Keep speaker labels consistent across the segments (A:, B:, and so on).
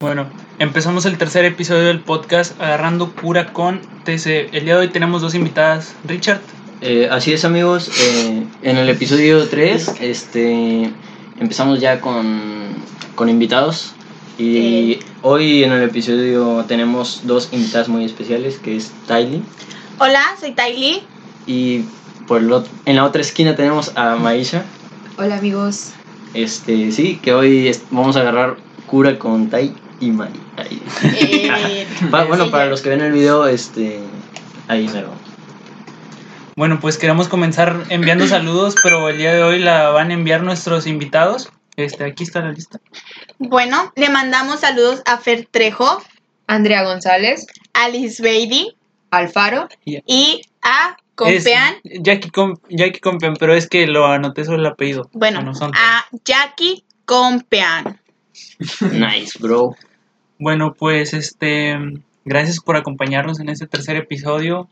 A: Bueno, empezamos el tercer episodio del podcast Agarrando Cura con TC. El día de hoy tenemos dos invitadas. Richard,
B: Eh, así es amigos, eh, en el episodio 3 este, empezamos ya con, con invitados y hoy en el episodio tenemos dos invitadas muy especiales que es Tylee
C: Hola, soy Tylee.
B: y por el ot- en la otra esquina tenemos a Maisha,
D: Hola amigos,
B: este, sí, que hoy es- vamos a agarrar cura con Tai y Mai. Ay.
C: Eh,
B: Pa- bueno,
C: sí,
B: para
C: ya.
B: los que ven el video, este, ahí mero.
A: Bueno, pues queremos comenzar enviando saludos, pero el día de hoy la van a enviar nuestros invitados. Este, aquí está la lista.
C: Bueno, le mandamos saludos a Fer Trejo,
D: Andrea González,
C: Alice Baby
D: Alfaro,
C: y a
A: Es
C: Compean.
A: Jackie, Com- Jackie Compean, pero es que lo anoté sobre el apellido.
C: Bueno, ah.
A: No son-
C: a Jackie Compean.
B: Nice, bro.
A: Bueno, pues este, gracias por acompañarnos en este tercer episodio.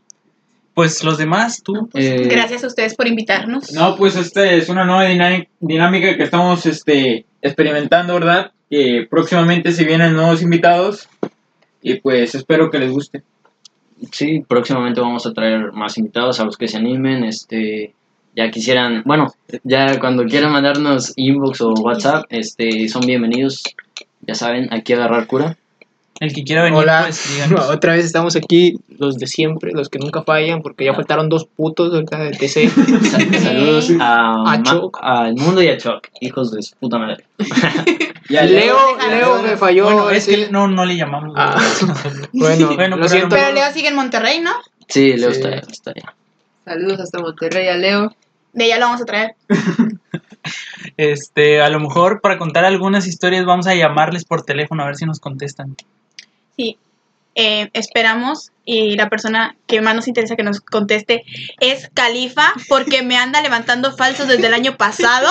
A: Pues los demás, tú,
B: Eh,
C: Gracias a ustedes por invitarnos.
E: No, pues este es una nueva dinami- dinámica que estamos este, experimentando, ¿verdad? Que próximamente se vienen nuevos invitados y pues espero que les guste.
B: Sí, próximamente vamos a traer más invitados a los que se animen, este, ya quisieran, bueno, ya cuando quieran mandarnos inbox o WhatsApp, este, son bienvenidos, ya saben, aquí a agarrar cura.
A: el que quiera venir,
F: Hola.
A: pues díganos.
F: Otra vez estamos aquí, los de siempre, los que nunca fallan, porque ya faltaron dos putos ahorita de TC.
B: Sa- saludos a,
F: A
B: Ma-
F: Chuck.
B: al mundo y a Chuck, hijos de su puta madre.
E: Ya, ya.
F: Leo, Leo me falló.
A: bueno, es que
F: ese-
A: no, no le llamamos.
F: Ah.
A: nosotros.
F: Bueno,
A: Bueno, pero
F: lo siento.
C: Pero Leo sigue en Monterrey, ¿no?
B: Sí, Leo
F: Sí.
B: está allá, está allá.
D: saludos hasta Monterrey a Leo.
C: De ella lo vamos a traer.
A: Este, a lo mejor para contar algunas historias vamos a llamarles por teléfono a ver si nos contestan.
C: Sí. Eh, esperamos y la persona que más nos interesa que nos conteste es Califa porque me anda levantando falsos desde el año pasado.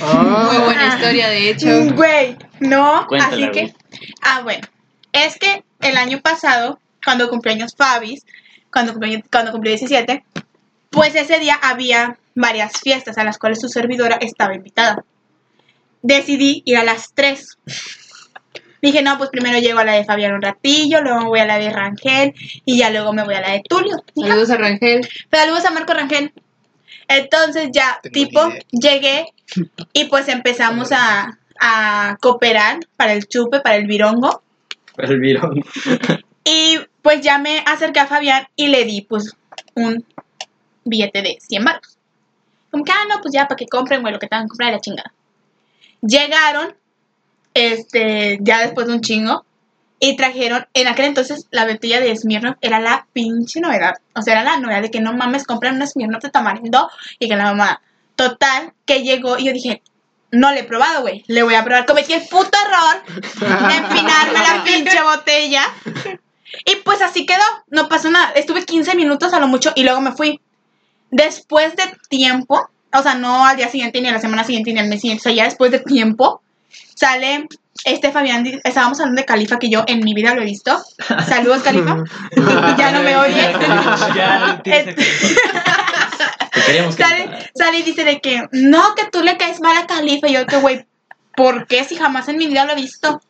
F: Ah,
D: Muy buena historia de hecho.
C: Mm, Güey, no,
B: Cuéntala,
C: así que.
B: güey.
C: Ah, bueno. Es que el año pasado, cuando cumpleaños Fabis, cuando cumplió, cuando cumplió 17, pues ese día había varias fiestas a las cuales su servidora estaba invitada. Decidí ir a las 3. Dije, no, pues primero llego a la de Fabián un ratillo, luego voy a la de Rangel y ya luego me voy a la de Tulio. Dije, ah,
D: Saludos a Rangel.
C: Saludos a Marco Rangel. Entonces ya,
F: Tengo
C: tipo,
F: idea.
C: llegué y pues empezamos a, a cooperar para el chupe, para el virongo.
B: El virón.
C: Y pues ya me acerqué a Fabián y le di pues un billete de 100 baros. Como que, ah, no, pues ya, para que compren, güey, lo que tengan que comprar, la chingada. Llegaron, este, ya después de un chingo, y trajeron, en aquel entonces, la botella de Smirnoff era la pinche novedad. O sea, era la novedad de que no mames, compran una Smirnoff de tamarindo y que la mamá. Total, que llegó y yo dije, no le he probado, güey, le voy a probar. Cometí el puto error de empinarme la pinche botella. Y pues así quedó, no pasó nada. Estuve 15 minutos a lo mucho y luego me fui. Después de tiempo, o sea, no al día siguiente, ni a la semana siguiente, ni al mes siguiente, o sea, ya después de tiempo, sale este Fabián, di- estábamos hablando de Califa que yo en mi vida lo he visto. Saludos, Califa. ya no me oyes.
A: Ah, Ya,
C: Eh,
B: Te queremos que-
C: sale, sale y dice de que, no, que tú le caes mal a Califa. Y yo, que güey, ¿por qué? Si jamás en mi vida lo he visto.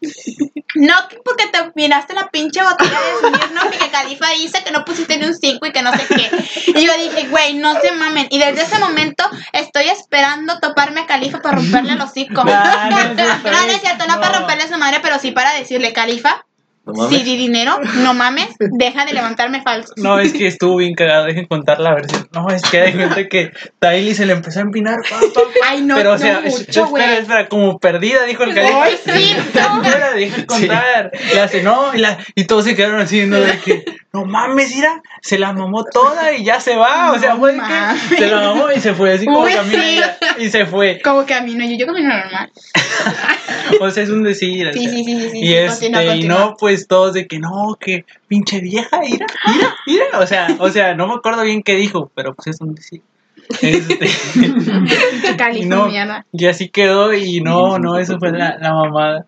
C: No, que porque te miraste la pinche botella de Smirnoff y que Califa dice que no pusiste ni un 5 y que no sé qué. Y yo dije, güey, no se mamen. Y desde ese momento estoy esperando toparme a Califa para romperle el hocico.
A: Ah, no es cierto,
C: no, no es cierto, no, para
A: no.
C: romperle su madre, pero sí para decirle, Califa,
B: No mames.
C: si di dinero, no mames, deja de levantarme falsos.
A: No, es que estuvo bien cagado, dejen contar la versión. No, es que de cuenta que Tylee se le empezó a empinar. pa, pa, pa.
C: Ay, no,
A: pero, o
C: no
A: sea, es-
C: mucho, güey. Pues,
A: espera, espera, como perdida, dijo el califa.
C: Ay, sí, no.
A: Espera, deja contar. Le hace, no, y, la- y todos se quedaron así, ¿no? De que, no mames, mira, se la mamó toda y ya se va. o sea,
C: No
A: fue de
C: mames.
A: que se la mamó y se fue así como
C: Uy,
A: camina
C: sí.
A: ella, y se fue.
C: Como camino, yo, yo camino normal.
A: O sea, es un decir. o
C: Sí,
A: sea.
C: sí, sí, sí, sí.
A: Y
C: sí, continúa,
A: este, y
C: continúa.
A: no, pues todos de que no, que pinche vieja, mira, mira, mira. O sea, o sea, no me acuerdo bien qué dijo, pero pues es un decir. Este,
C: Califa,
A: no.
C: mierda.
A: y así quedó, y no, no, eso fue la, la mamada.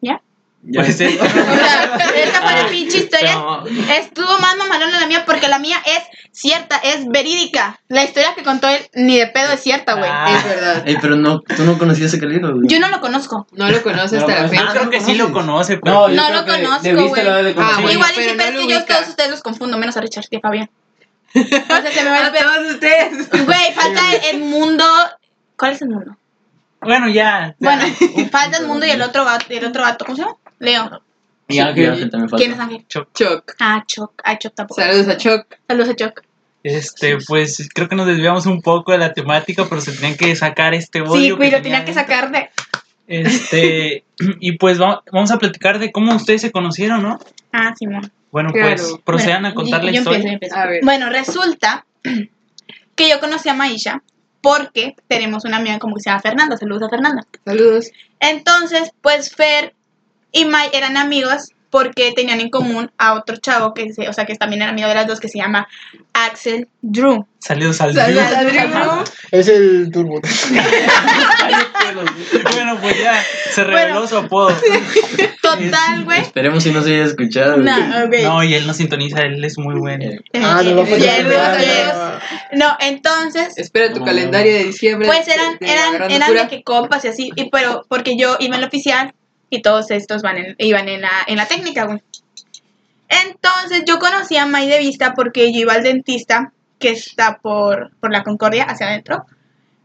C: ¿Ya?
E: Ya,
A: es esto?
C: O sea, esa fue la pinche historia.
F: Pero,
C: Estuvo más mamalona la mía porque la mía es cierta, es verídica. La historia que contó él ni de pedo es cierta, güey.
A: Ah.
D: Es verdad.
B: Ey, pero no, tú no conocías ese libro, güey.
C: Yo no lo conozco.
D: No lo conoce
E: No,
D: hasta la
E: pues,
A: Yo
D: fecha.
A: creo que sí lo conoce,
E: No,
A: pero
E: yo
C: No
E: creo
C: lo
E: que
C: conozco,
E: debiste
C: güey.
E: la de conocer.
D: Ah, bueno,
C: Igual y sí,
D: pero
C: pero
D: no
C: es
D: lo
C: que yo a
D: ubica.
C: todos ustedes los confundo, menos a Richard y a Fabián. Entonces se me va el
D: A
C: pedo.
D: todos ustedes.
C: Güey, falta el mundo. ¿Cuál es el mundo?
A: bueno, ya.
C: Bueno, falta el mundo y el otro gato, y el otro gato, ¿cómo se llama? Leo.
A: Y Ángel,
B: también falta.
C: ¿Quién es Ángel?
D: Choc.
C: Ah, Choc. Ah, Choc tampoco.
D: Saludos a Choc.
C: Saludos a Choc.
A: este, pues creo que nos desviamos un poco de la temática, pero se tenían que sacar este odio.
C: Sí, güey,
A: que
C: lo tenía que
A: dentro.
C: sacar de.
A: Este, y pues va- vamos a platicar de cómo ustedes se conocieron, ¿no?
C: Ah, Simón.
A: Bueno,
D: Claro.
A: pues procedan
C: Bueno,
A: a contar
C: yo-
A: la
C: yo
A: historia.
C: empiezo, yo empiezo.
D: A ver.
C: Bueno, resulta que yo conocí a Maisha porque tenemos una amiga como que se llama Fernanda. Saludos a Fernanda.
D: Saludos.
C: Entonces, pues Fer y Mai eran amigos porque tenían en común a otro chavo que se, o sea, que también era amigo de las dos que se llama Axel Drew.
A: Saludos al
D: Saludos
A: Drew.
D: a Drew.
F: Es el turbo.
A: Bueno, pues ya se reveló
C: Bueno.
A: su apodo.
C: Total, güey.
B: Esperemos si no se haya escuchado. güey.
C: No, ok.
A: No, y él no sintoniza, él es muy bueno.
B: Eh,
F: Ah, no lo
C: Eh,
F: fue.
C: ya,
D: Saludos a
C: ya,
D: Drew.
C: No, entonces
D: Espera tu
E: No.
D: calendario de diciembre.
C: Pues eran,
D: de- de
C: eran,
D: Agarrando
C: eran
D: Cura.
C: de que compas y así, y pero porque yo iba en la oficial y todos estos van en- iban en la, en la técnica, güey. Entonces yo conocí a May de vista porque yo iba al dentista que está por, por la Concordia hacia adentro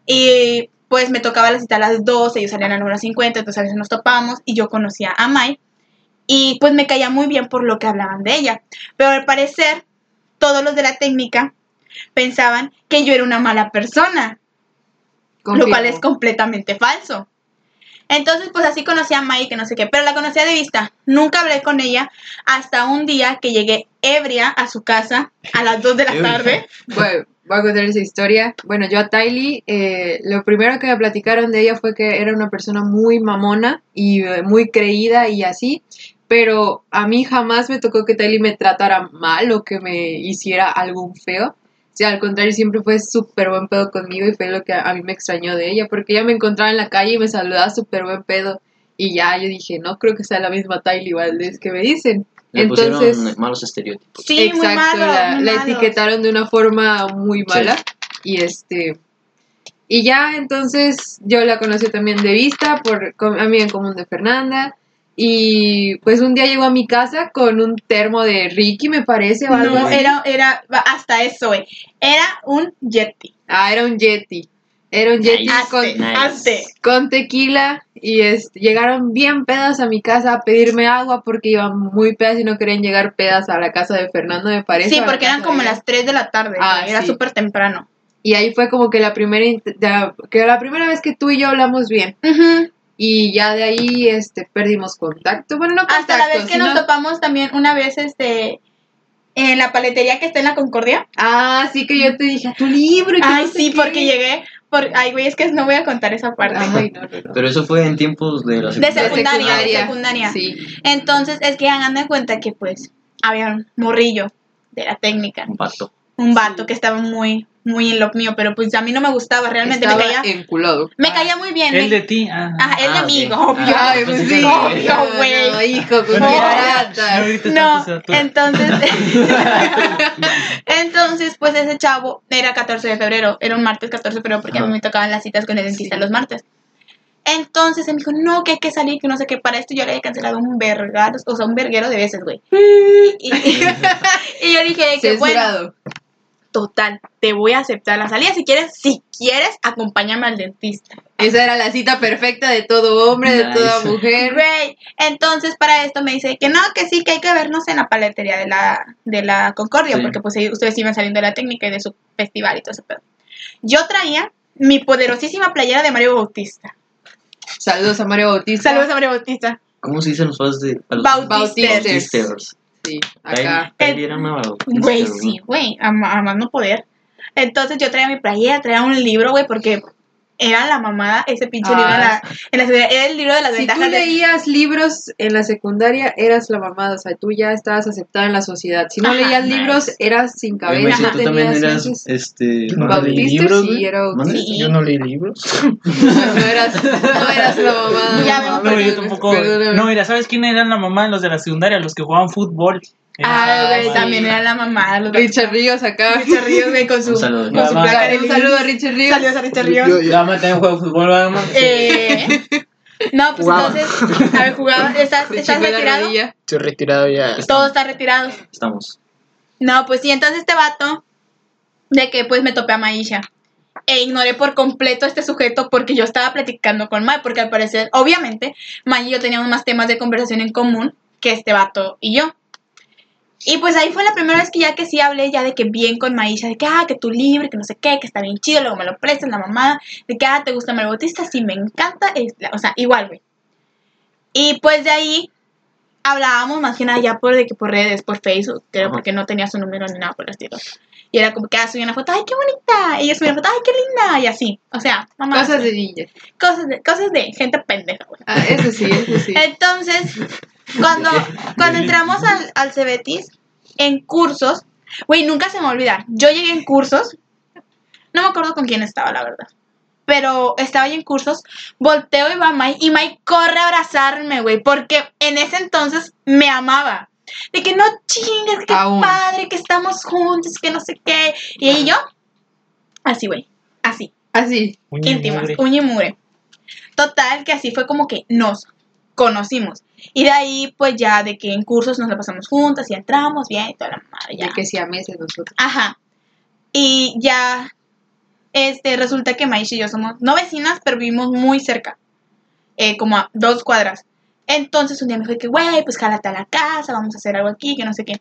C: y pues me tocaba la cita a las 12, ellos salían a las 50, entonces a veces nos topábamos y yo conocía a May y pues me caía muy bien por lo que hablaban de ella, pero al parecer todos los de la técnica pensaban que yo era una mala persona lo cual es
D: Confirmo.
C: completamente falso. Entonces, pues así conocí a Mai, que no sé qué, pero la conocía de vista. Nunca hablé con ella hasta un día que llegué ebria a su casa a las 2 de la
B: Ebria.
C: tarde.
D: Bueno, voy a contar esa historia. Bueno, yo a Tylee, eh, lo primero que me platicaron de ella fue que era una persona muy mamona y eh, muy creída y así, pero a mí jamás me tocó que Tylee me tratara mal o que me hiciera algún feo. O sea, al contrario, siempre fue súper buen pedo conmigo y fue lo que a a mí me extrañó de ella, porque ella me encontraba en la calle y me saludaba súper buen pedo. Y ya yo dije, no creo que sea la misma Tylee Valdés que me dicen.
B: Le
D: Entonces,
B: pusieron malos estereotipos.
C: Sí, muy malo.
D: la,
C: muy
D: la
C: malo.
D: etiquetaron de una forma muy mala. Y este. Y ya entonces yo la conocí también de vista por con- amiga en común de Fernanda. Y pues un día llegó a mi casa con un termo de Ricky, me parece, o algo
C: No,
D: así.
C: era, era, hasta eso, güey. Era un Yeti.
D: Ah, era un Yeti. Era un Yeti
B: Nice.
D: con,
C: Hazte,
B: Nice.
C: hazte.
D: con tequila y este, llegaron bien pedas a mi casa a pedirme agua porque iban muy pedas y no querían llegar pedas a la casa de Fernando, me parece.
C: Sí,
D: o a la
C: porque eran
D: casa
C: como
D: de ella.
C: las 3 de la tarde.
D: Ah,
C: güey, era
D: sí.
C: súper temprano.
D: Y ahí fue como que la primera int- la- que la primera vez que tú y yo hablamos bien.
C: Ujú.
D: Y ya de ahí este perdimos contacto. Bueno, no contacto,
C: Hasta la vez que
D: sino-
C: nos topamos también una vez este, en la paletería que está en la Concordia.
D: Ah, sí que yo te dije, tu libro. y que
C: Ay,
D: no sé
C: sí,
D: qué". Ah.
C: porque llegué. Por... Ay, güey, es que no voy a contar esa parte.
D: Ay, no, no, no.
B: Pero eso fue en tiempos de la
C: De
D: De
B: secundaria.
C: secundaria, de
D: secundaria.
C: secundaria.
D: Sí.
C: Entonces, es que hagan de cuenta que, pues, había un morrillo de la técnica.
B: Un pacto.
C: Un vato que estaba muy, muy en lo mío, pero pues a mí no me gustaba, realmente
D: Estaba
C: me caía.
D: enculado.
C: Me caía muy bien.
A: Él
C: me-
A: de ti. ah.
C: Ajá, él de
B: Ah,
C: mí,
B: ok.
C: obvio.
B: Ah,
D: Ay, pues
B: pensé
D: sí.
B: que-
C: Obvio, güey.
D: No, hijo, con
A: No.
D: qué
A: No
D: barata.
A: grites tanto,
C: Ah, No,
A: Sebastián.
C: entonces. entonces, pues ese chavo era 14 de febrero, era un martes 14 de febrero porque a mí
B: Ajá.
C: me tocaban las citas con el dentista
D: Sí.
C: los martes. Entonces él me dijo, no, que hay que salir, que no sé qué, para esto yo le había cancelado un vergado, o sea, un verguero de veces, güey. Y, y yo dije, de que bueno,
D: Censurado.
C: total, te voy a aceptar la salida si quieres, si quieres, acompáñame al dentista.
D: Esa era la cita perfecta de todo hombre, de toda
B: Nice.
D: mujer.
C: Güey, entonces para esto me dice que no, que sí, que hay que vernos en la paletería de la, de la Concordia,
B: Sí.
C: porque pues ellos- ustedes iban saliendo de la técnica y de su festival y todo ese pedo. Yo traía mi poderosísima playera de Mario Bautista.
D: Saludos a Mario Bautista.
C: Saludos a Mario Bautista.
B: ¿Cómo se dicen los fans de a los
C: Bautisters.
B: Bautisters?
D: Sí,
B: Ahí-
D: acá.
B: ahí era una Bautisters,
C: Güey,
B: ¿no?
C: sí, güey, a, ma- a más no poder. Entonces yo traía mi playera, traía un libro, güey, porque era la mamada ese pinche
D: Ah,
C: libro en la, en la secundaria. Era el libro de las
D: Si tú
C: ventajas de...
D: leías libros en la secundaria, eras la mamada, o sea, tú ya estabas aceptada en la sociedad. Si no
C: Ajá,
D: leías
C: nice.
D: libros, eras sin
B: Oye, güey,
D: cabeza,
B: si
D: no
B: tú también
D: tenías
B: eras,
D: lentes.
B: este...
F: No,
B: ¿no?
F: leí
D: Bautista
F: libros,
D: sí
F: güey.
D: era
B: ¿Mande?
D: autista.
C: Sí.
F: Yo no leí libros.
D: No eras, no eras la mamada.
C: Ya
D: mamá,
C: vemos.
A: No, yo
D: perdóname,
A: tampoco.
D: perdóname.
A: No, mira, ¿sabes quién eran la mamá de los de la secundaria? Los que jugaban fútbol.
C: Ah, güey,
D: Ah,
C: también era la mamada. Los
D: Richard Ríos acá.
C: Richard Ríos, güey, con su,
B: Un saludo.
C: con su
E: Mamá.
C: placa de
D: Un saludo a Richard Ríos.
C: Saludos a Richard Ríos.
E: La mamá también juega fútbol, ¿verdad, mamá?
C: Eh, no, pues
F: Jugaba.
C: entonces, a ver, jugaba, estás,
D: Se
C: estás
D: chingó la
C: retirado,
D: rodilla.
F: Estoy retirado ya.
C: todo está retirado.
B: Estamos.
C: No, pues sí, entonces este vato, de que pues me topé a Maisha. E ignoré por completo a este sujeto porque yo estaba platicando con Mai, porque al parecer, obviamente, Mai y yo teníamos más temas de conversación en común que este vato y yo. Y pues ahí fue la primera vez que ya que sí hablé ya de que bien con Maisha, de que, ah, que tú libre, que no sé qué, que está bien chido, luego me lo prestas, la mamada, de que, ah, te gusta Mario Bautista, sí, me encanta, es la- o sea, igual, güey. Y pues de ahí hablábamos más que nada ya por, de que por redes, por Facebook, creo,
B: Ajá.
C: porque no tenía su número ni nada por el estilo. Y era como que, ah, subía una foto, ay, qué bonita, y yo subía una foto, ay, qué linda, y así, o sea, mamá.
D: Cosas de niña.
C: cosas de, cosas de gente pendeja, güey.
D: Ah, eso sí, eso sí.
C: Entonces, cuando, cuando entramos al, al Cebetis, en cursos, güey, nunca se me va a olvidar. Yo llegué en cursos, no me acuerdo con quién estaba, la verdad. Pero estaba yo en cursos, volteo y va May, y May corre a abrazarme, güey, porque en ese entonces me amaba. De que no chingues, que
D: Aún.
C: padre, que estamos juntos, que no sé qué. Y ahí yo, así, güey, así
D: Así.
F: Uña y
C: íntimas,
F: mugre.
C: uña y mugre. Total, que así fue como que nos conocimos. Y de ahí, pues ya de que en cursos nos la pasamos juntas y entramos bien y toda la madre. Ya.
D: De que si a meses nosotros.
C: Ajá. Y ya, este, resulta que Maisha y yo somos no vecinas, pero vivimos muy cerca. eh, como a dos cuadras. Entonces un día me dijo que, güey, pues jálate a la casa, vamos a hacer algo aquí, que no sé qué.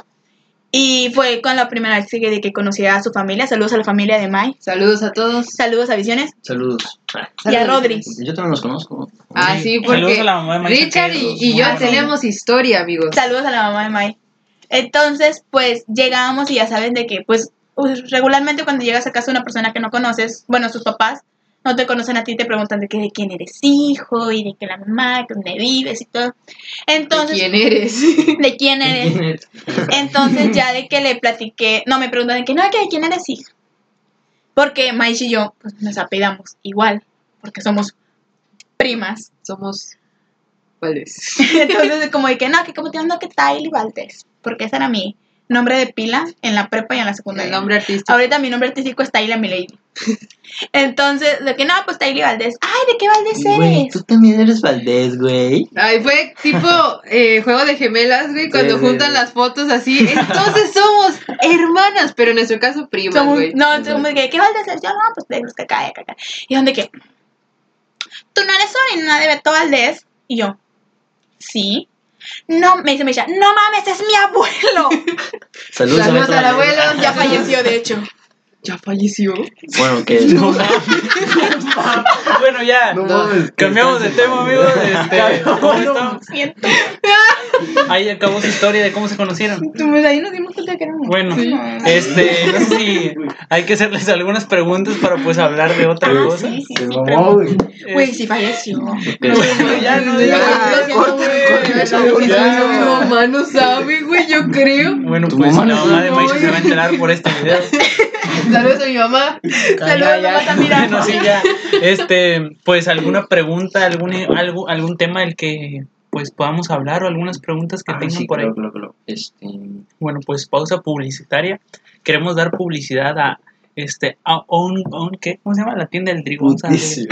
C: Y fue con la primera vez que, de que conocí a su familia. Saludos a la familia de Mai.
D: Saludos a todos.
C: Saludos a Visiones
B: Saludos. Ah,
C: y a
D: Saludos.
C: Rodri.
B: Yo también los conozco.
D: Ah, sí,
A: Saludos
D: porque
A: a la mamá de Maisha
D: Richard
A: que
D: y,
A: los-
D: y yo
C: Ah,
A: bueno,
D: tenemos historia, amigos.
C: Saludos a la mamá de Mai. Entonces, pues llegábamos y ya saben de que, pues us- regularmente cuando llegas a casa de una persona que no conoces, bueno, sus papás no te conocen a ti, te preguntan de que de quién eres hijo y de que la mamá, que dónde vives y todo. Entonces,
D: ¿Quién eres?
C: ¿de quién eres? Entonces ya de que le platiqué, no, me preguntan de que no, que de quién eres hija. Porque Maish y yo pues, nos apellidamos igual, porque somos primas.
D: Somos. ¿Cuáles?
C: Entonces, como de que no, que como te no, que Tylee Valdés, porque ese era mi nombre de pila en la prepa y en la
D: El
C: secundaria.
D: nombre artístico.
C: Ahorita mi nombre artístico es Tylee Milady. Entonces, de que no, pues Tylee Valdés. Ay, ¿de qué Valdés
B: Güey,
C: eres?
B: tú también eres Valdés, güey.
D: Ah, Ay, fue tipo eh, juego de gemelas, güey, cuando
B: Sí, sí,
D: juntan
B: sí.
D: las fotos así. Entonces somos hermanas, pero en nuestro caso primas,
C: Somos-
D: güey.
C: no, somos de que, ¿qué Valdés eres? Yo no, pues de los que cae, que cae. Y donde que, tú no eres sobrina de Beto Valdés. Y yo, sí. No, me dice Misha, no mames, es mi abuelo.
B: Saludos, a
D: Saludos
B: Beto
D: al
B: Valdés.
D: abuelo.
C: ya falleció, de hecho.
D: Ya falleció.
B: Bueno, que...
A: Bueno, ya. Cambiamos de tema, amigos. Este, ¿cómo está?
C: Siento.
A: Ahí acabó su historia de cómo se conocieron.
C: Pues ahí nos dimos cuenta que era un-
A: Bueno,
C: Sí.
A: este, no sé si hay que hacerles algunas preguntas para pues hablar de otra
C: Ah,
A: cosa.
C: sí, sí, sí,
B: Se mamó,
C: pregunta.
B: güey.
C: Güey, sí falleció.
A: Pero ya no
D: Ya,
A: digo
D: ya,
A: nada.
D: No, mi mamá no sabe, güey, yo creo.
A: Bueno,
B: Tu
A: pues
B: mamá
A: la
B: no
A: mamá de
D: sabe,
A: Maisha se
D: güey.
A: va a enterar por este video.
D: Saludos a mi mamá.
C: Saludos,
A: Ya, ya.
C: mamá Tamira.
A: Bueno, sí, ya. Este, pues alguna pregunta, algún, algo, algún tema del que pues podamos hablar o algunas preguntas que
B: Ah,
A: tengan
B: sí,
A: por ahí.
B: claro, claro, claro. Este...
A: Bueno, pues pausa publicitaria. Queremos dar publicidad a este a on, on- ¿qué? ¿Cómo se llama? La tienda del Dri. Vamos a darle.
B: putísimo.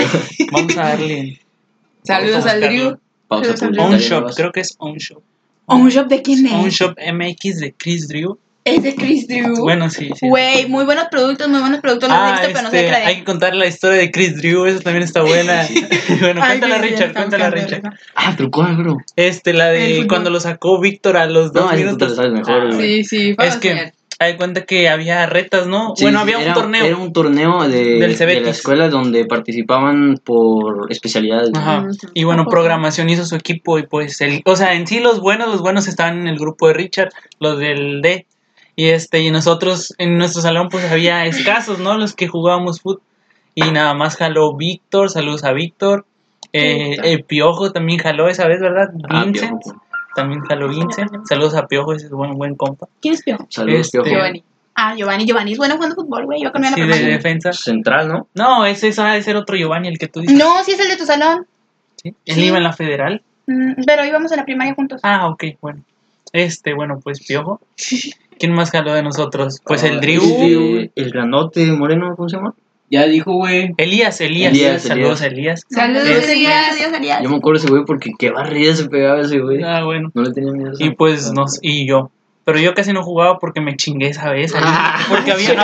A: Vamos a darle
D: Saludos al Drew.
B: Pausa
C: Saludos al
A: On
B: publicitaria,
A: Shop,
B: vas.
A: creo que es On Shop.
C: ¿Un shop de quién es?
A: On Shop MX de Chris Drew.
C: Es de Chris Drew.
A: Bueno, sí, sí.
C: Güey, muy buenos productos, muy buenos productos. Los he
A: Ah,
C: visto, pero no
A: este,
C: sé de qué era de-
A: hay que contar la historia de Chris Drew, eso también está buena. bueno,
C: Ay,
A: cuéntala
C: güey,
A: Richard,
C: estamos
A: cuéntala
C: cagando de
A: Richard.
C: risa.
B: Ah, pero ¿cuál, bro?
A: Este, la
C: El
A: de
C: fútbol.
A: cuando lo sacó Víctor a los dos
B: No, ese tú te
A: minutos.
B: lo sabes mejor, güey.
D: Sí, sí,
A: Es
D: vamos a
A: que
D: ver.
A: hay cuenta que había retas, ¿no?
B: Sí,
A: bueno,
B: sí,
A: había
B: era-
A: un torneo.
B: Era un torneo de,
A: Del
B: de
A: Cebetis.
B: la escuela donde participaban por especialidades. güey.
A: Ajá.
D: Ujú.
A: Y bueno,
C: Ojo.
A: programación hizo su equipo y pues el, o sea, en sí los buenos, los buenos estaban en el grupo de Richard, los del D. Y este, y nosotros, en nuestro salón, pues había escasos, ¿no? Los que jugábamos fútbol. Y nada más jaló Víctor, saludos a Víctor. Eh,
D: Víctor.
A: el Piojo también jaló esa vez, ¿verdad?
B: Ah,
A: Vincent,
B: Piojo.
A: también jaló Vincent. Saludos a Piojo, ese es buen, buen compa.
C: ¿Quién es Piojo?
B: Saludos,
A: Este,
B: Piojo.
D: Giovanni.
C: Ah, Giovanni. Giovanni es bueno jugando fútbol, güey. Yo con él
A: Sí,
C: en la
A: de
C: primaria.
A: defensa.
B: Central, ¿no?
A: No, ese es, ha de ser otro Giovanni, el que tú dices.
C: No, sí es el de tu salón.
A: ¿sí? Él
C: sí.
A: iba en la federal.
C: Mm, Pero íbamos a la primaria juntos.
A: Ah, ok, bueno. Este, bueno, pues Piojo. ¿Quién más jaló de nosotros? Pues el
B: Ah,
A: Driu.
B: este, el granote moreno, ¿cómo se llama?
E: Ya dijo, güey.
A: Elías, Elías.
B: Elías,
A: saludos a Elías.
D: Saludos,
A: Este,
D: Elías.
B: Yo me acuerdo ese güey porque qué barrida se pegaba ese güey.
A: Ah, bueno.
B: No le tenía miedo. a esa-
A: Y pues nos, y yo. Pero yo casi no jugaba porque me chingué esa vez. ahí. porque había,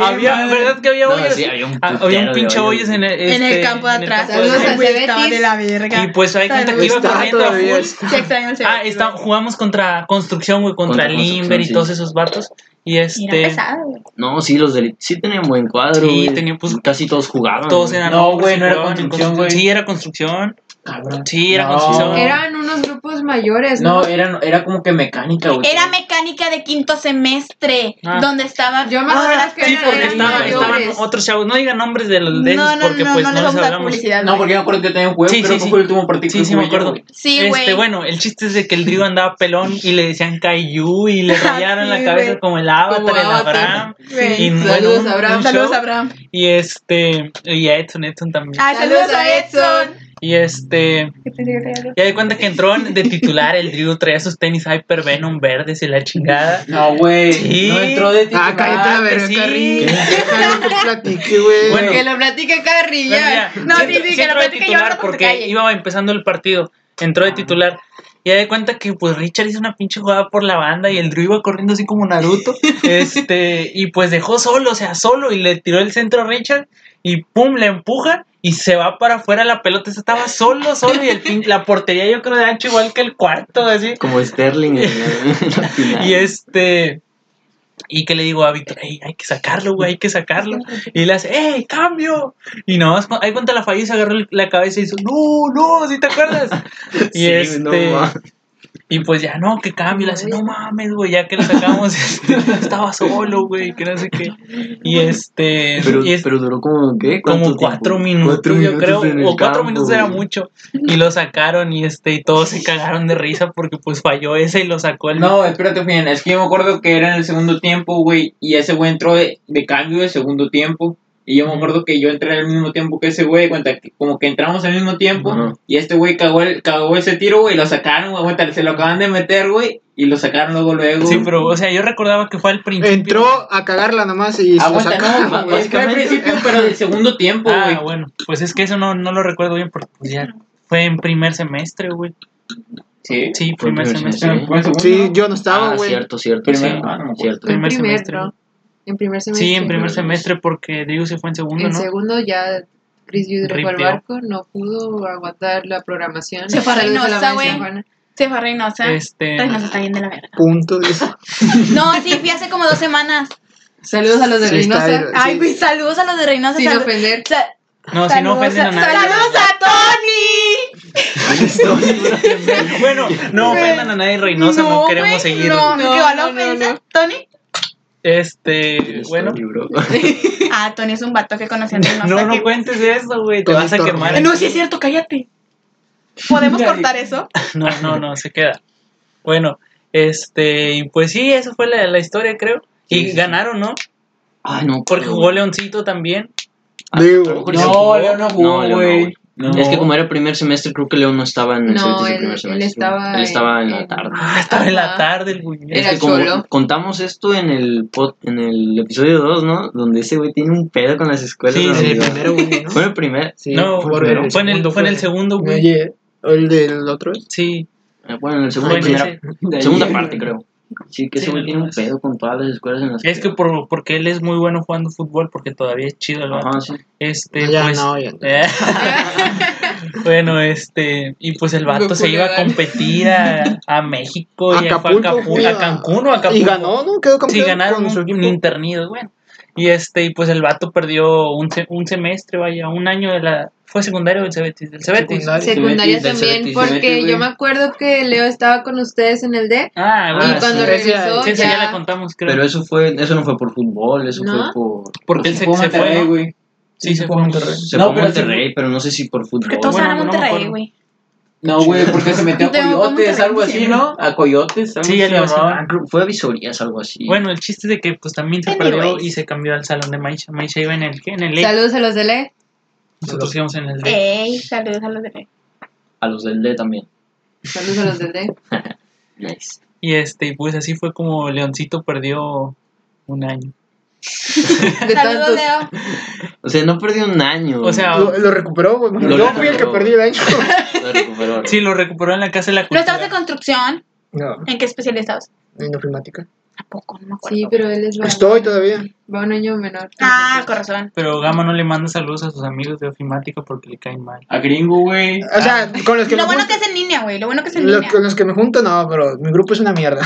A: había, había- ¿verdad que había
B: No,
A: hoyos?
B: sí, había un,
A: Ah, había un
B: putero de
A: pinche
B: hoyos,
A: hoyos en el,
C: En el
A: este,
C: campo de
A: en el
C: atrás.
A: campo de
D: Saludos al
C: Güey,
D: Cebetis.
C: estaba de la verga.
A: Y pues hay cuenta que
C: Saludos.
A: iba
F: Está
A: corriendo a
F: todavía
A: full.
C: Se extrañó el
A: Ah,
C: Cebetis,
A: está,
C: güey.
A: jugamos contra construcción, güey, contra,
B: Contra Construcción,
A: Limber y
B: sí.
A: todos esos vatos. Y
C: Mira,
A: este,
C: pesada, güey.
B: No, sí, los del... sí tenían buen cuadro.
A: Sí,
B: güey.
A: tenía, pues,
B: Casi todos jugaban.
A: todos
B: güey.
A: eran
E: No,
A: hombres
E: güey,
A: y
E: no era
A: jugaban en
E: construcción, güey.
A: Sí, era construcción.
E: Cabrón.
A: Sí, era
E: No.
A: construcción.
D: Eran unos grupos mayores, ¿no?
E: No, era, era como que mecánica, güey.
C: Era mecánica de quinto semestre,
A: Ah.
C: donde estaban.
D: Yo me acuerdo
C: Ah,
D: que
A: Sí,
D: eran,
A: porque
D: eran
A: estaban,
D: mayores.
A: estaban otros chavos. No digan nombres de, los- de
C: no,
A: esos
C: no,
A: porque
C: no,
A: pues
C: no
A: no,
C: les vamos
A: les
C: a dar
A: hablamos.
C: publicidad.
E: No,
C: güey.
E: porque yo me acuerdo que yo también jugué,
A: Sí,
E: pero
A: sí,
E: no
A: sí.
E: fue el último partido
A: Sí,
E: que
A: sí, me
E: jugué yo,
A: acuerdo.
E: güey.
C: Sí, güey.
A: este, bueno, el chiste es de que el Driu andaba pelón y le decían Kaiju y le rayaron
C: Ah, Sí,
A: la cabeza
C: güey.
A: como el avatar,
D: Como
A: el
D: Avatar.
A: Abraham.
C: Güey.
A: Y bueno,
D: Saludos,
A: un-
D: Abraham.
A: un
C: Saludos
A: show.
C: a Abraham.
A: Y este, y a Edson, Edson también.
C: Ay, Ah, saludos a Edson.
A: Y este, ya de cuenta que entró en- de titular el Drew, traía sus tenis Hyper Venom verdes y la chingada.
E: No, güey.
A: Sí.
E: No entró de titular.
F: Ah, cállate la verga,
A: sí.
F: Carrillo. Déjalo que platique, güey.
A: Bueno,
D: Que lo platique
A: Bueno,
D: Carrilla.
A: ya,
C: No,
A: siento-
C: sí, sí, que
A: siento
C: la
A: de
C: plática yo
A: titular
C: hablo por
A: porque
C: calle.
A: iba empezando el partido, entró de titular. Y ya de cuenta que pues Richard hizo una pinche jugada por la banda y el Drew iba corriendo así como Naruto. este, y pues dejó solo, o sea, solo y le tiró el centro a Richard y pum, le empuja y se va para afuera la pelota. Esa Estaba solo, solo y el pin- la portería yo creo de ancho igual que el cuarto, así.
B: Como Sterling en la, en la final.
A: Y este. Y que le digo a Víctor, "Ey, hay que sacarlo, güey, hay que sacarlo. Y le hace, ¡ey, cambio! Y no, ahí cuenta la falla y se agarró el- la cabeza y hizo, ¡no, no! ¿Sí te acuerdas? Y
B: Sí,
A: este.
B: no mames.
A: y pues ya, no, que cambio. Y le hace, no mames, güey, ya que lo sacamos, este, estaba solo, güey, que no sé qué. Y este.
B: pero,
A: y es-
B: pero duró como, ¿qué?
A: como
B: ¿Cuánto
A: cuatro
B: tiempo?
A: minutos,
B: Cuatro
A: yo creo,
B: en el
A: o cuatro
B: campo,
A: minutos era
B: güey.
A: mucho. Y lo sacaron y este, y todos se cagaron de risa porque pues falló ese y lo sacó el
E: No, espérate, Julián. Es que yo me acuerdo que era en el segundo tiempo, güey. Y ese güey entró de, de cambio de segundo tiempo. Y yo me acuerdo que yo entré al mismo tiempo que ese güey. Cuenta que como que entramos al mismo tiempo.
B: Ajá.
E: Y este güey cagó, el- cagó ese tiro, güey. y Lo sacaron, güey. aguanta, Se lo acaban de meter, güey. Y lo sacaron luego, luego.
A: Sí, pero, o sea, yo recordaba que fue al principio.
F: Entró a cagarla nomás y se lo
E: Aguanta, no,
F: sacaron, güey.
E: güey, fue al principio, pero del segundo tiempo,
A: Ah,
E: güey.
A: bueno, pues es que eso no, no lo recuerdo bien porque pues ya fue en primer semestre, güey.
E: sí.
A: Sí,
B: Fue en
A: primer
B: primer
A: semestre.
E: Pero fue el segundo,
F: Sí,
E: ¿no?
F: yo no estaba,
B: ah,
F: güey.
B: cierto, cierto.
E: Primero,
B: sí,
E: ah, no me acuerdo.
B: cierto.
A: primer
D: Primer,
A: semestre.
D: ¿no? En primer semestre.
A: Sí, en primer
B: primer
A: semestre porque Drew se fue en segundo,
D: En
A: ¿no?
D: segundo ya Chris Yudre fue al
A: Ripió.
D: barco, no pudo aguantar la programación.
C: Se fue a
D: Saludos
C: Reynosa,
D: la madre
C: güey.
D: San Juana.
C: Se fue a Reynosa.
A: Este,
C: Reynosa está bien de la verga.
F: Punto. de-
C: No, sí, fui hace como dos semanas.
D: Saludos a los de
F: Sí, está
D: Reynosa.
F: bien.
C: Ay, güey, saludos a los de Reynosa.
D: Sin
C: salu-
D: ofender.
C: sa-
A: no, si no
C: saludos
A: ofenden a nadie.
C: ¡Saludos a Tony!
A: Bueno, no ofendan a nadie Reynosa, no,
C: güey,
A: queremos seguir.
C: No,
D: No,
C: ¿qué va la
D: no, no,
C: ofensa?
D: no.
C: ¿Tony?
A: Este, bueno,
B: Story, bro.
C: Ah, Tony es un vato que conocí antes.
A: no,
C: sé
A: no
C: qué-
A: cuentes eso, güey, te
F: Todo
A: vas a
F: esto.
A: quemar.
C: No, sí es cierto, cállate. ¿Podemos cortar eso?
A: No, no, no, se queda. Bueno, este, y pues sí, eso fue la, la historia, creo.
B: Sí,
A: Y
B: sí, sí.
A: ganaron, ¿no?
B: Ay, no.
A: Porque
B: creo,
A: jugó
B: güey.
A: Leoncito también.
B: Ah,
F: Digo,
B: a lo mejor
E: No,
B: sí jugó.
E: León no jugó,
B: León no,
E: güey. No.
B: Es que como era primer semestre, creo que León no estaba en el
D: No,
B: Celtics de
D: él,
B: primer
D: él
B: semestre.
D: estaba.
B: Él estaba en, la tarde.
A: Ah, estaba en la
D: Ajá.
A: tarde el güey. ¿eh?
B: Es
D: Era
B: que como
D: cholo.
B: contamos esto en el pod- en el episodio 2, ¿no? Donde ese güey tiene un pedo con las escuelas.
A: Sí,
B: ¿no?
F: en el
A: sí,
B: Digo,
F: primero, güey, ¿no?
B: Fue en el primer.
F: Sí,
A: no,
B: fue el primero.
A: fue en el, fue en el
F: segundo.
A: segundo,
F: güey.
A: güey.
F: ¿O el del otro?
A: Sí,
B: eh, Bueno, en el segundo.
A: fue en
B: primera,
A: ese.
B: segunda parte, creo. Sí, que
A: Sí,
B: ese güey
A: no,
B: tiene un
A: es-
B: pedo con todas las escuelas en las
A: Es que por, porque él es muy bueno jugando fútbol, porque todavía es chido el vato.
B: Ajá, sí.
A: Este,
F: No, ya
A: pues.
F: no, ya no.
A: bueno, este. Y pues el vato
D: Goku
A: se iba a
D: Legal.
A: competir a, a México y a fue a
F: Acapulco,
A: Acapulco,
F: fue
A: a Cancún o a Acapulco.
F: Y ganó, ¿no? Quedó
A: Sí,
F: campeón
A: ganaron
F: con su
A: un,
F: equipo.
A: un internido, bueno. Y este, y pues el vato perdió un, se- un semestre, vaya, un año de la. ¿Fue secundario o del Cebetis? Del Cebetis.
F: Secundario.
D: Secundaria
E: Cebetis, del
D: también,
E: Cebetis, Cebetis,
D: porque
E: güey.
D: yo me acuerdo que Leo estaba con ustedes en el D
A: Ah,
B: Ah,
A: bueno.
D: y cuando
B: sí.
D: regresó
A: sí, esa ya la
D: ya.
A: contamos, creo.
B: Pero eso fue, eso no fue por fútbol, eso
D: ¿No?
B: fue por.
A: porque él se,
E: Jugó
A: se
E: Pues Monterrey,
A: fue. ¿no?
E: güey.
A: Sí, se fue a Monterrey.
B: Se
E: No,
B: fue a
E: pero sí-
B: Monterrey, pero no sé si por fútbol.
C: Porque todos van a
E: Bueno, no me
C: Monterrey,
E: acuerdo.
C: güey.
E: No, güey, porque se metió a
C: Te voy a
E: coyotes,
C: Monterrey,
E: algo así,
C: sí.
E: ¿no? A coyotes, algo
A: Sí,
E: así
A: algo
E: se llamaba.
B: Ah, creo- Fue a Visorías, algo así.
A: Bueno, el chiste es de que pues también se perdió
C: Anyways.
A: y se cambió al salón de Maisha. Maisha iba en el ¿qué? en el E.
D: Saludos a los de Le.
A: Nosotros íbamos en el D.
C: Ey, saludos a los de
B: A los del D también.
D: Saludos a los del D.
B: Nice.
A: Y este, y pues así fue como Leoncito perdió un año.
D: De
C: Saludos,
D: tantos.
C: Leo.
B: O sea, no perdí un año.
A: O sea,
F: Lo, lo recuperó, güey.
B: Lo
F: Yo fui el que
B: recuperó.
F: perdí el año.
B: Lo recuperó.
A: sí, lo recuperó en la casa de la
C: ¿No
A: cultura.
C: estabas de construcción?
F: No,
C: ¿En qué especializabas?
F: en ofimática.
C: Tampoco, no me acuerdo.
D: Sí, pero él es va,
F: Estoy todavía.
D: va un año menor.
C: Ah, corazón.
A: Pero Gama no le manda saludos a sus amigos de Ofimática porque le caen mal.
E: A gringo, güey.
F: O
A: Ah.
F: sea, con los que
C: Lo
F: me
C: bueno
F: junto-
C: que es en línea, güey. Lo bueno que es en
F: los-
C: línea.
F: con los que me junto, no, pero mi grupo es una mierda.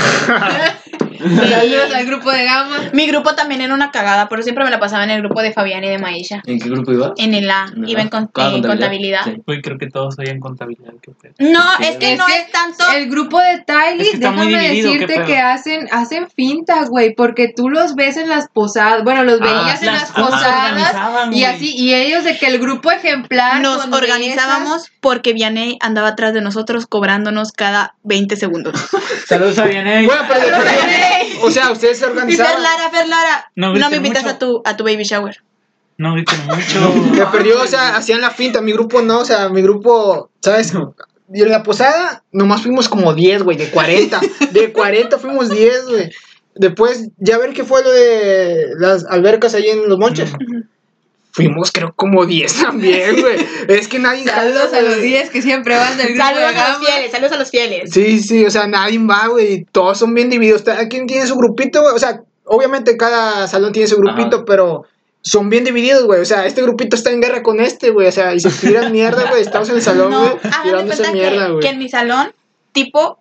D: Saludos al grupo de Gama.
C: Mi grupo también era una cagada, pero siempre me la pasaba en el grupo de Fabián y de Maisha.
B: ¿En qué grupo iba?
C: En el A, iba en, con-
B: Ah,
C: en contabilidad.
B: Sí.
A: Güey, creo que todos oyen contabilidad. qué pedo.
C: No, es que
D: Es
C: no
D: que
C: es tanto.
D: El grupo de Tyler,
A: Es que está muy
D: déjame
A: dividido, ¿qué
D: decirte
A: pedo?
D: que hacen, hacen fintas, güey, porque tú los ves en las posadas. Bueno, los veías en las
A: ah,
D: posadas.
A: organizaban,
D: Y
A: güey.
D: así, y ellos de que el grupo ejemplar.
C: Nos
D: con
C: organizábamos porque Vianey andaba atrás de nosotros cobrándonos cada 20 segundos.
E: Saludos a Vianey.
F: Bueno, pero de- O sea, ustedes se
C: Y Fer
F: organizaron.
C: Lara, Fer Lara,
A: No
C: no,
A: griten
C: me invitas
A: mucho.
C: a tu, a tu baby shower.
A: No griten mucho.
F: Me perdió, o sea, hacían la finta. Mi grupo no, o sea, mi grupo, ¿sabes? Y en la posada nomás fuimos como 10, güey, de 40. De 40 fuimos 10, güey. Después, ya ver qué fue lo de las albercas ahí en los monches. Fuimos, creo, como 10 también, güey. Es que nadie.
D: esas. Saludos a los
F: güey.
D: 10 que siempre van del grupo de
C: Saludos a los
D: Gama.
C: fieles, saludos a los fieles.
F: Sí, sí, o sea, nadie va, güey. Todos son bien divididos. Cada quien tiene su grupito, güey. O sea, obviamente cada salón tiene su grupito,
B: Ajá.
F: pero son bien divididos, güey. O sea, este grupito está en guerra con este, güey. O sea, y se tiran mierda, güey. Estamos en el salón,
C: No,
F: güey,
C: hagan de
F: tirándose
C: cuenta
F: mierda,
C: que,
F: güey.
C: que en mi salón, tipo,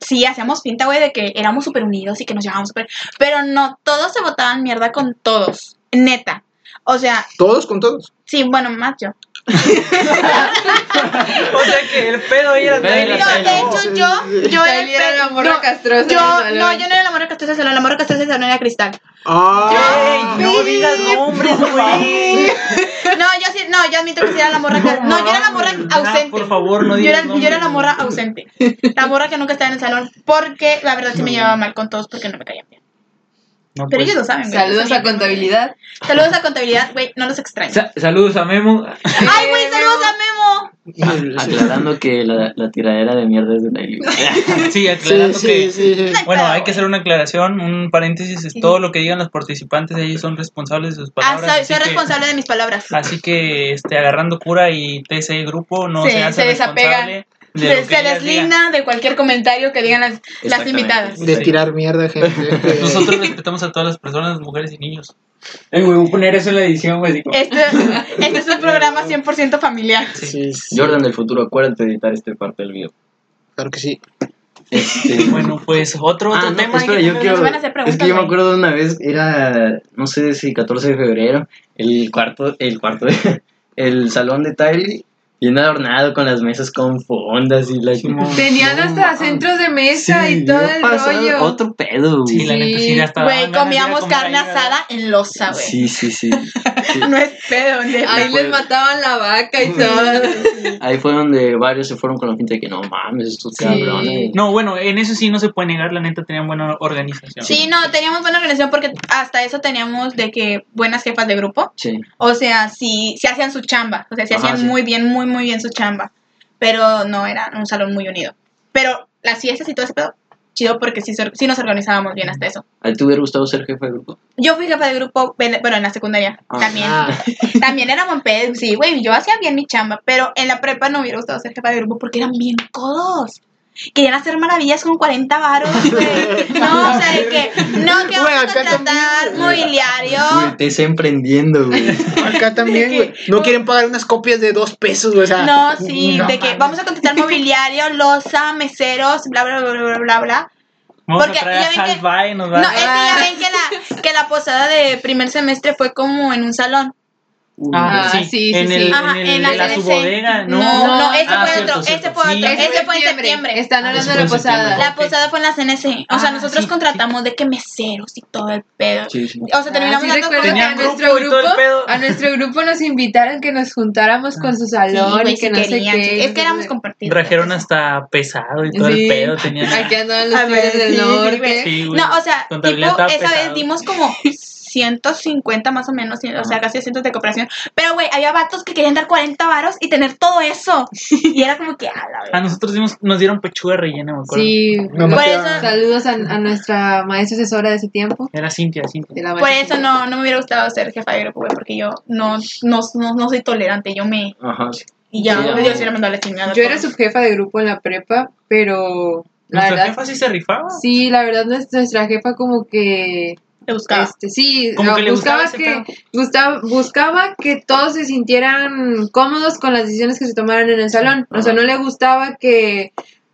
C: sí, hacíamos pinta, güey, de que éramos súper unidos y que nos llevábamos súper... Pero no, todos se botaban mierda con todos, neta. O sea,
F: Todos con todos.
C: sí, bueno, más yo.
A: o sea que el pedo ahí era
B: El pedo
A: de
B: era
A: ella.
C: No, de
F: no,
C: hecho,
F: sí,
C: yo,
F: sí.
C: yo era el
D: Tyler era
C: pe-
D: la morra
C: no,
D: castrosa
C: Yo,
D: del
C: no,
D: salón.
C: yo no era la morra castrosa del salón, la morra castrosa del salón era cristal.
F: ¡Ah!
A: Ey, no digas nombres, güey.
C: No, yo sí, no, yo admito que sí era la morra. que- No, yo era la morra ausente.
A: Ah, por favor, no
C: yo,
A: digas
C: era, yo era la
A: nombres.
C: morra ausente. La morra que nunca estaba en el salón. Porque la verdad sí me llevaba mal con todos porque no me caían bien.
A: No,
C: Pero
A: pues,
C: ellos lo saben, güey.
D: Saludos
C: Saben
D: a
C: que-
D: contabilidad.
C: Saludos a contabilidad, güey. No los extraño.
E: Sa- saludos a Memo.
C: ¡Ay, güey! ¡Saludos a Memo!
B: Ah, aclarando que la, la tiradera de mierda es de Naili.
A: Sí,
F: Sí,
A: aclarando que
F: sí, sí, sí.
A: Bueno,
C: Pero,
A: hay que hacer una aclaración, un paréntesis, es
C: Sí.
A: todo lo que digan los participantes, ellos son responsables de sus
C: Ah,
A: palabras.
C: soy,
A: así
C: soy
A: que-
C: responsable de mis palabras.
A: Así que, este, agarrando cura y TC grupo, no
C: Sí,
A: se hace
C: se desapegan.
A: responsable de lo
C: Se,
A: que
C: se
A: ellas digan.
C: deslinda de cualquier comentario que digan las, las
B: Exactamente.
C: invitadas.
F: De tirar mierda, gente.
A: Pues Nosotros respetamos a todas las personas, mujeres y niños.
E: Eh, güey, voy a poner eso en la edición, güey. así como-
C: Este, este es un programa 100% familiar.
F: Sí, sí.
B: Jordan del futuro, acuérdate de editar este parte del video.
F: Claro que sí.
B: Este,
A: Bueno, pues otro,
B: Ah,
A: otro
B: no,
A: tema. hay
B: espera,
A: que
B: yo
A: tener-
B: quiero-
C: van a hacer preguntas,
B: es que yo me
C: güey.
B: acuerdo de una vez, era, no sé si 14 de febrero, el cuarto, el cuarto, el salón de Tyler, bien adornado con las mesas con fondas y la...
E: Simón.
D: Tenían
E: No,
D: hasta
E: mames.
D: centros de mesa
B: Sí,
D: y todo
B: había
D: el
B: pasado
D: rollo.
B: Otro pedo,
A: Sí, la
B: güey.
A: neta, sí,
D: Sí.
A: ya está.
C: Güey, comíamos carne asada en losa, güey.
B: Sí, sí, sí.
C: No es pedo, neta.
D: Ahí les
B: Pues-
D: mataban la vaca y todo.
B: Ahí fue donde varios se fueron con la gente de que no mames, estos
D: Sí.
B: cabrones.
A: No, bueno, en eso sí no se puede negar, la neta, tenían buena organización.
C: Sí, no, teníamos buena relación porque hasta eso teníamos de que buenas jefas de grupo.
B: Sí.
C: O sea, sí, sí hacían su chamba. O sea, sí
B: Ajá,
C: hacían
B: sí.
C: muy bien, muy, muy bien su chamba. Pero no era un salón muy unido. Pero las fiestas y todo ese pedo, chido porque sí, se- sí nos organizábamos bien hasta eso.
B: ¿A ti te hubiera gustado ser jefe de grupo?
C: Yo fui jefa de grupo, ven- bueno, en la secundaria
B: Ah.
C: también.
F: Ah,
C: También era buen pedo, sí, güey, yo hacía bien mi chamba, pero en la prepa no me hubiera gustado ser jefa de grupo porque eran bien codos. Querían hacer maravillas con 40 varos, güey. No, o sea, de que, no, que
F: Güey,
C: vamos a
F: acá
C: contratar
F: también,
C: mobiliario.
B: Güey, te está emprendiendo, güey.
F: acá también, güey. No quieren pagar unas copias de dos pesos, güey. O sea,
C: No, sí,
F: no
C: de que
F: mames.
C: vamos a contratar mobiliario, loza, meseros, bla, bla, bla, bla, bla, bla, bla.
A: Vamos
C: porque
A: a traer
C: ya
A: a
C: ven que-
A: Salva y nos va
C: No,
A: a...
C: es que ya ven que la, que la posada de primer semestre fue como en un salón.
A: Ah,
D: Ah,
A: sí,
D: sí, sí,
A: en,
D: sí.
A: el,
C: Ajá,
A: en, el,
C: en la
A: de la
C: CNC.
A: subodega, ¿no?
C: No, no, ese
A: Ah,
C: fue
A: cierto,
C: otro, ese
A: cierto,
C: fue otro,
A: sí.
C: ese fue en septiembre.
D: Están hablando
A: Ah,
D: de la
A: después de
D: posada.
A: septiembre.
C: La posada fue en la CNC. O sea,
A: Ah,
C: nosotros
A: sí,
C: contratamos de que meseros y todo el pedo.
B: Sí, sí.
C: O sea, terminamos
D: Ah, sí,
C: dando cosas
D: recuerdo que
A: Tenían
D: a
C: que-
D: nuestro
A: grupo y todo el
D: grupo,
A: pedo.
D: a nuestro grupo nos invitaron que nos juntáramos con su
C: Ah, Sí,
D: salón
C: güey,
D: y que
C: sí
D: no sé
C: querían, sí. pues,
D: qué.
C: Es que éramos compartidos.
A: Trajeron
C: entonces.
A: hasta pesado y todo
D: Sí.
A: el pedo. Tenían...
D: Aquí andaban los
C: A ver,
D: tigres del
C: sí,
D: norte.
A: Sí, güey.
C: No, o sea, tipo,
A: Contabilidad
C: esa
A: estaba
C: vez
A: pesado.
C: dimos como 150 más o menos, o sea, casi 100 de cooperación. Pero, güey, había vatos que querían dar 40 varos y tener todo eso. Y era como que, a la
A: A
C: verga.
A: nosotros dimos- nos dieron pechuga rellena, me acuerdo.
D: Sí,
F: No,
D: lo-
C: Por
F: te-
C: eso-
D: saludos a, a nuestra maestra asesora de ese tiempo.
A: Era Cintia, Cintia.
D: de la
C: Por
D: maestra
C: Pues eso
D: asesora.
C: no, no me hubiera gustado ser jefa de grupo, güey, porque yo no, no, no, no soy tolerante. Yo me.
B: Ajá.
C: Y ya,
B: Sí,
C: yo
B: no.
C: se hubiera mandado a la chingada.
D: Yo era
C: todo.
D: subjefa de grupo en la prepa, pero la
A: Nuestra
D: verdad,
A: jefa sí se rifaba.
D: sí, la verdad nues- nuestra jefa como que
C: Te buscaba.
D: Este, sí,
A: Como
D: no,
A: que le
D: buscaba,
A: gustaba ese
D: que, gusta- buscaba que todos se sintieran cómodos con las decisiones que se tomaran en el salón. O sea,
B: Ajá.
D: no le gustaba que,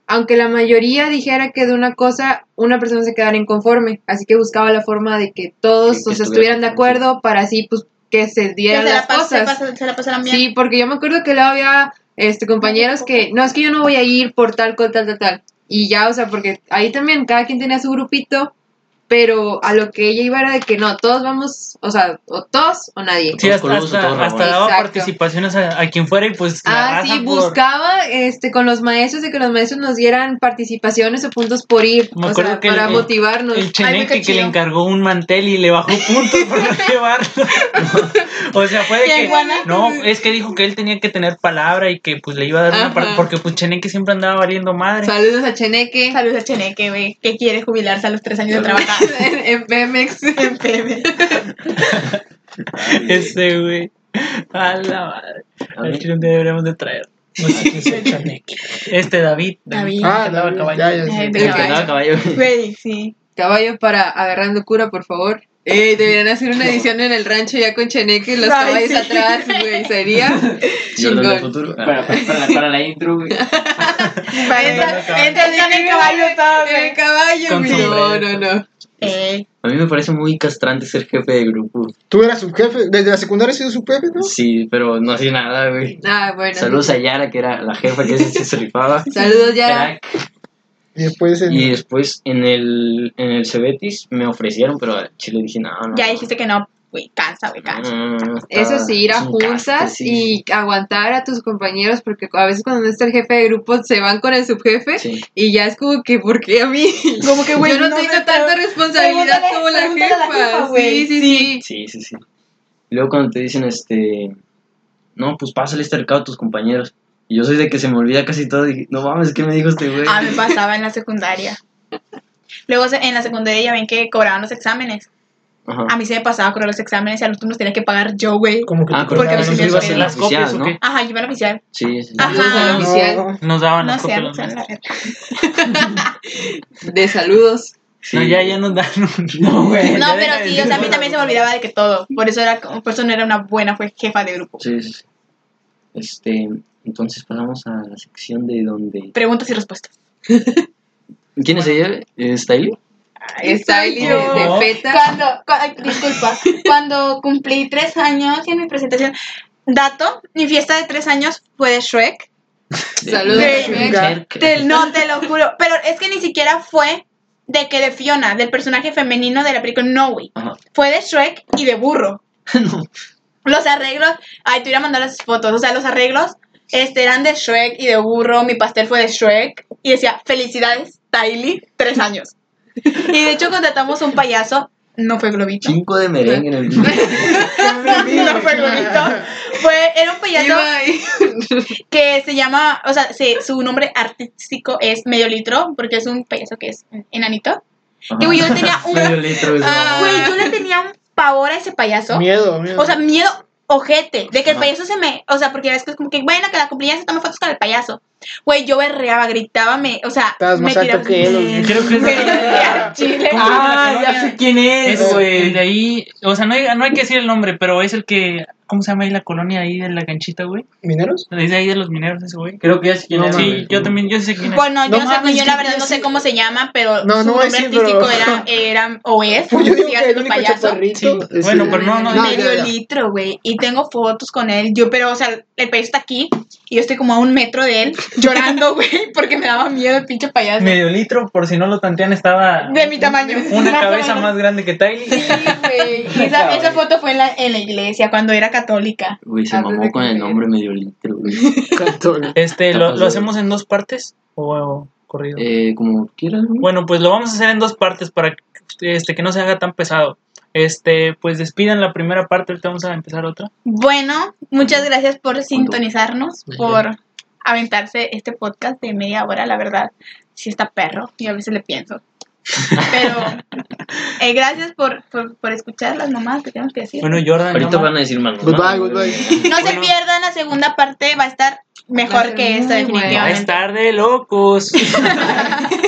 D: aunque la mayoría dijera que de una cosa, una persona se quedara inconforme. Así que buscaba la forma de que todos
B: Que- que
D: o
B: estuviera
D: sea, estuvieran de
B: conforme, sí.
D: acuerdo para así, pues, que se
C: Que
D: dieran
C: se, la
D: las
C: pas- se
D: cosas.
C: pas- se la pasaran bien.
D: Sí, porque yo me acuerdo que luego había este, compañeros que, no, es que yo no voy a ir por tal, con tal, tal, tal. Y ya, o sea, porque ahí también cada quien tenía su grupito, pero a lo que ella iba era de que no, todos vamos, o sea, o todos o nadie.
A: Sí,
B: Todos
A: hasta,
B: coludos o
A: hasta-
B: todos
A: hasta
B: rabones.
A: daba
D: Exacto.
A: participaciones a, a quien fuera y pues la
D: Ah,
A: raza
D: sí,
A: por-
D: buscaba este, con los maestros de que los maestros nos dieran participaciones o puntos por ir,
A: Me
D: o
A: acuerdo
D: sea,
A: que el-
D: para
A: el-
D: motivarnos.
A: El
C: Ay,
A: cheneque
C: güey, qué
A: que le
C: chido.
A: encargó un mantel y le bajó puntos por no llevarlo. o sea, fue de
C: Y el
A: que.
C: guanaco.
A: No, es que dijo que él tenía que tener palabra y que pues le iba a dar una
D: Ajá.
A: parte. Porque pues cheneque siempre andaba valiendo madre.
D: Saludos a Cheneque
C: Saludos a Cheneque, güey, que quiere jubilarse a los tres años de
B: Saludos.
C: trabajar.
D: en, en Pemex.
C: En PM.
A: Ese Este, güey. A la madre.
B: A
A: Al
B: mí-
A: chile un día deberíamos de traer. No sé quién sea el Cheneque. Este David.
C: David.
A: que
F: Ah,
A: andaba a
F: David,
A: caballo.
F: ya, ya,
C: Eh,
F: sí.
B: El
C: de
B: que andaba a
C: caballo.
B: caballo.
C: Güey, sí.
D: Caballo para agarrando cura, por favor. Eh, deberían hacer una edición en el rancho ya con Cheneque y los
C: Ay,
D: caballos
C: sí.
D: atrás, güey. Sería
B: Jordan del
D: chingón.
B: futuro.
E: Para, para, para la, para la intro, güey.
A: Andaba a
C: Entra,
A: caballo.
C: entra en el caballo todo,
D: El
C: güey.
D: caballo,
A: Con
D: güey. No,
A: sombrero.
D: no, no.
C: Eh,
B: A mí me parece muy castrante ser jefe de grupo.
F: Tú eras subjefe, desde la secundaria has sido subjefe, ¿no?
B: Sí, pero no hacía nada, güey.
D: Ah, bueno.
B: Saludos a Yara, que era la jefa que se, se rifaba.
D: Saludos ya.
B: Crack.
F: Y después en...
B: Y después en el, en el Cebetis me ofrecieron, pero a Chile dije, no, no.
C: ya dijiste que no, güey, cansa, güey,
B: no,
C: cansa.
B: no, no, no,
D: Eso
B: está-
D: sí, ir a
B: es un castre,
D: juntas
B: sí.
D: y aguantar a tus compañeros, porque a veces cuando no está el jefe de grupo se van con el subjefe
B: Sí.
D: y ya es como que, ¿por qué a mí?
C: Como que, güey,
D: Yo no,
C: no,
D: tengo
C: neta,
D: tanta responsabilidad
C: pregúntale-
D: como la
C: pregúntale a la jefa,
D: jefa.
C: güey.
D: Sí, sí, sí.
B: Sí, sí, sí. Y luego cuando te dicen, este, no, pues pásale este recado a tus compañeros. Y yo soy de que se me olvida casi todo. Dije, no mames, ¿qué me dijo este güey?
C: Ah, me pasaba en la secundaria. Luego se- en la secundaria ya ven que cobraban los exámenes.
B: Ajá.
C: A mí se me pasaba a cobrar los exámenes y al último los tenía que pagar yo, güey.
F: Como que
B: Ah,
F: te
B: pero
C: porque
F: colgaban,
C: los
F: ¿no?
B: tú
C: tenías
B: ibas
C: que-
B: en la
A: ¿Las copias
B: oficial,
A: o
B: ¿no?
A: qué?
C: Ajá, yo iba al oficial.
B: Sí, sí.
C: Ajá.
D: Saludos al
F: No,
D: oficial
A: Nos daban
C: Ah, No
A: las
C: sé,
A: copias.
C: no
A: los
C: sé.
A: maestros.
D: de saludos.
B: Sí.
A: No, ya, ya nos dan un.
E: No, güey.
C: No,
A: Ya
C: pero
A: deja de
C: sí,
A: decir
C: o sea, a mí
A: cosas.
C: también se me olvidaba de que todo. Por eso era, por eso no era una buena fue jefa de grupo.
B: Sí, sí, sí. Este, entonces pasamos a la sección de donde...
C: Preguntas y respuestas.
B: ¿Quién es ella? ¿Es Tylee?
D: Está Eli de,
A: yo.
D: de feta.
C: Cuando, cu- ay, disculpa, cuando cumplí tres años y en mi presentación, dato, mi fiesta de tres años fue de Shrek.
D: Saludos
C: De-
D: a Shrek.
C: Te- no, te lo juro. Pero es que ni siquiera fue de que de Fiona, del personaje femenino de la película, no, güey.
B: Ajá.
C: Fue de Shrek y de burro. Los arreglos, ay, te voy a mandar las fotos, o sea, los arreglos este, eran de Shrek y de burro, mi pastel fue de Shrek y decía, felicidades, Tylee, tres años. y de hecho contratamos un payaso, no fue Globito.
B: Cinco de merengue en el
C: no fue Globito. Fue, era un payaso
D: Iba ahí.
C: que se llama, o sea, se- su nombre artístico es Medio Litro, porque es un payaso que es enanito. Y güey, yo le tenía un,
B: Medio litro. eso.
D: Ah.
C: güey, yo le tenía un pavor a ese payaso.
F: Pues Miedo, miedo.
C: O sea, miedo ojete, de que el
B: Ajá.
C: payaso se me, o sea, porque es que es como que, bueno, que la cumpleaños se toma fotos con el payaso. Güey, yo berreaba, gritaba, me, o sea,
F: Estabas
C: me
F: más alto que él. güey.
A: Creo que es
C: Me
A: de-
C: tiraba chile.
A: ¿Cómo se llama?
E: Ah, ya sé quién
A: es
E: es,
A: el
E: güey.
A: de ahí. O sea, no hay, no hay que decir el nombre, pero es el que. ¿Cómo se llama ahí la colonia ahí de la canchita, güey?
F: ¿Mineros?
A: Es de ahí de los mineros ese, güey.
E: Creo que ya sé quién
F: No
E: es.
A: Sí,
F: mames.
A: yo también, yo sé quién es.
C: Bueno, yo,
F: No
C: no sé,
F: mames,
C: yo
F: ¿qué
C: la verdad
F: quería
C: no sé
F: decir?
C: cómo se llama, pero
F: No,
C: su
F: no voy a
C: nombre
F: decir,
C: artístico era,
F: pero-
C: era, o es,
F: Pues yo digo
C: sigas
F: que el
C: tu
F: único
C: payaso.
F: chaparrito.
A: Sí, bueno, pero no, no,
F: ya,
C: medio
F: ya.
C: litro, güey. Y tengo fotos con él. Yo, pero, o sea, el país está aquí y yo estoy como a un metro de él llorando, güey, porque me daba miedo el pinche payaso.
A: Medio litro, por si no lo tantean, estaba
C: De mi tamaño.
A: una
C: o
A: cabeza
C: menos.
A: más grande que Tyler.
C: Sí, güey. Y esa, esa foto fue en la, en la iglesia cuando era católica.
B: Güey, se
D: Antes de
B: mamó con el
D: cumplir.
B: nombre medio litro, güey.
F: Católico.
A: Este,
B: Está
A: lo,
B: pasado.
A: lo hacemos en dos partes o o corrido.
B: Ah, pues Eh, como quieras, güey.
A: Bueno, pues lo vamos a hacer en dos partes para que, este, que no se haga tan pesado. Este, pues despidan la primera parte, ahorita vamos a empezar otra.
C: Bueno, muchas gracias por sintonizarnos, por aventarse este podcast de media hora, la verdad. Sí está perro, yo a veces le pienso. Pero eh, gracias por, por, por escuchar las mamás que tenemos que decir.
A: Bueno, Jordan.
B: Ahorita
A: mamá.
B: van a decir más.
F: Goodbye, goodbye.
C: No se
A: Bueno.
C: pierdan, la segunda parte va a estar
D: Va a
C: mejor
D: ser
C: que esta,
D: muy buena.
A: Va a
C: definitivamente.
A: estar de locos.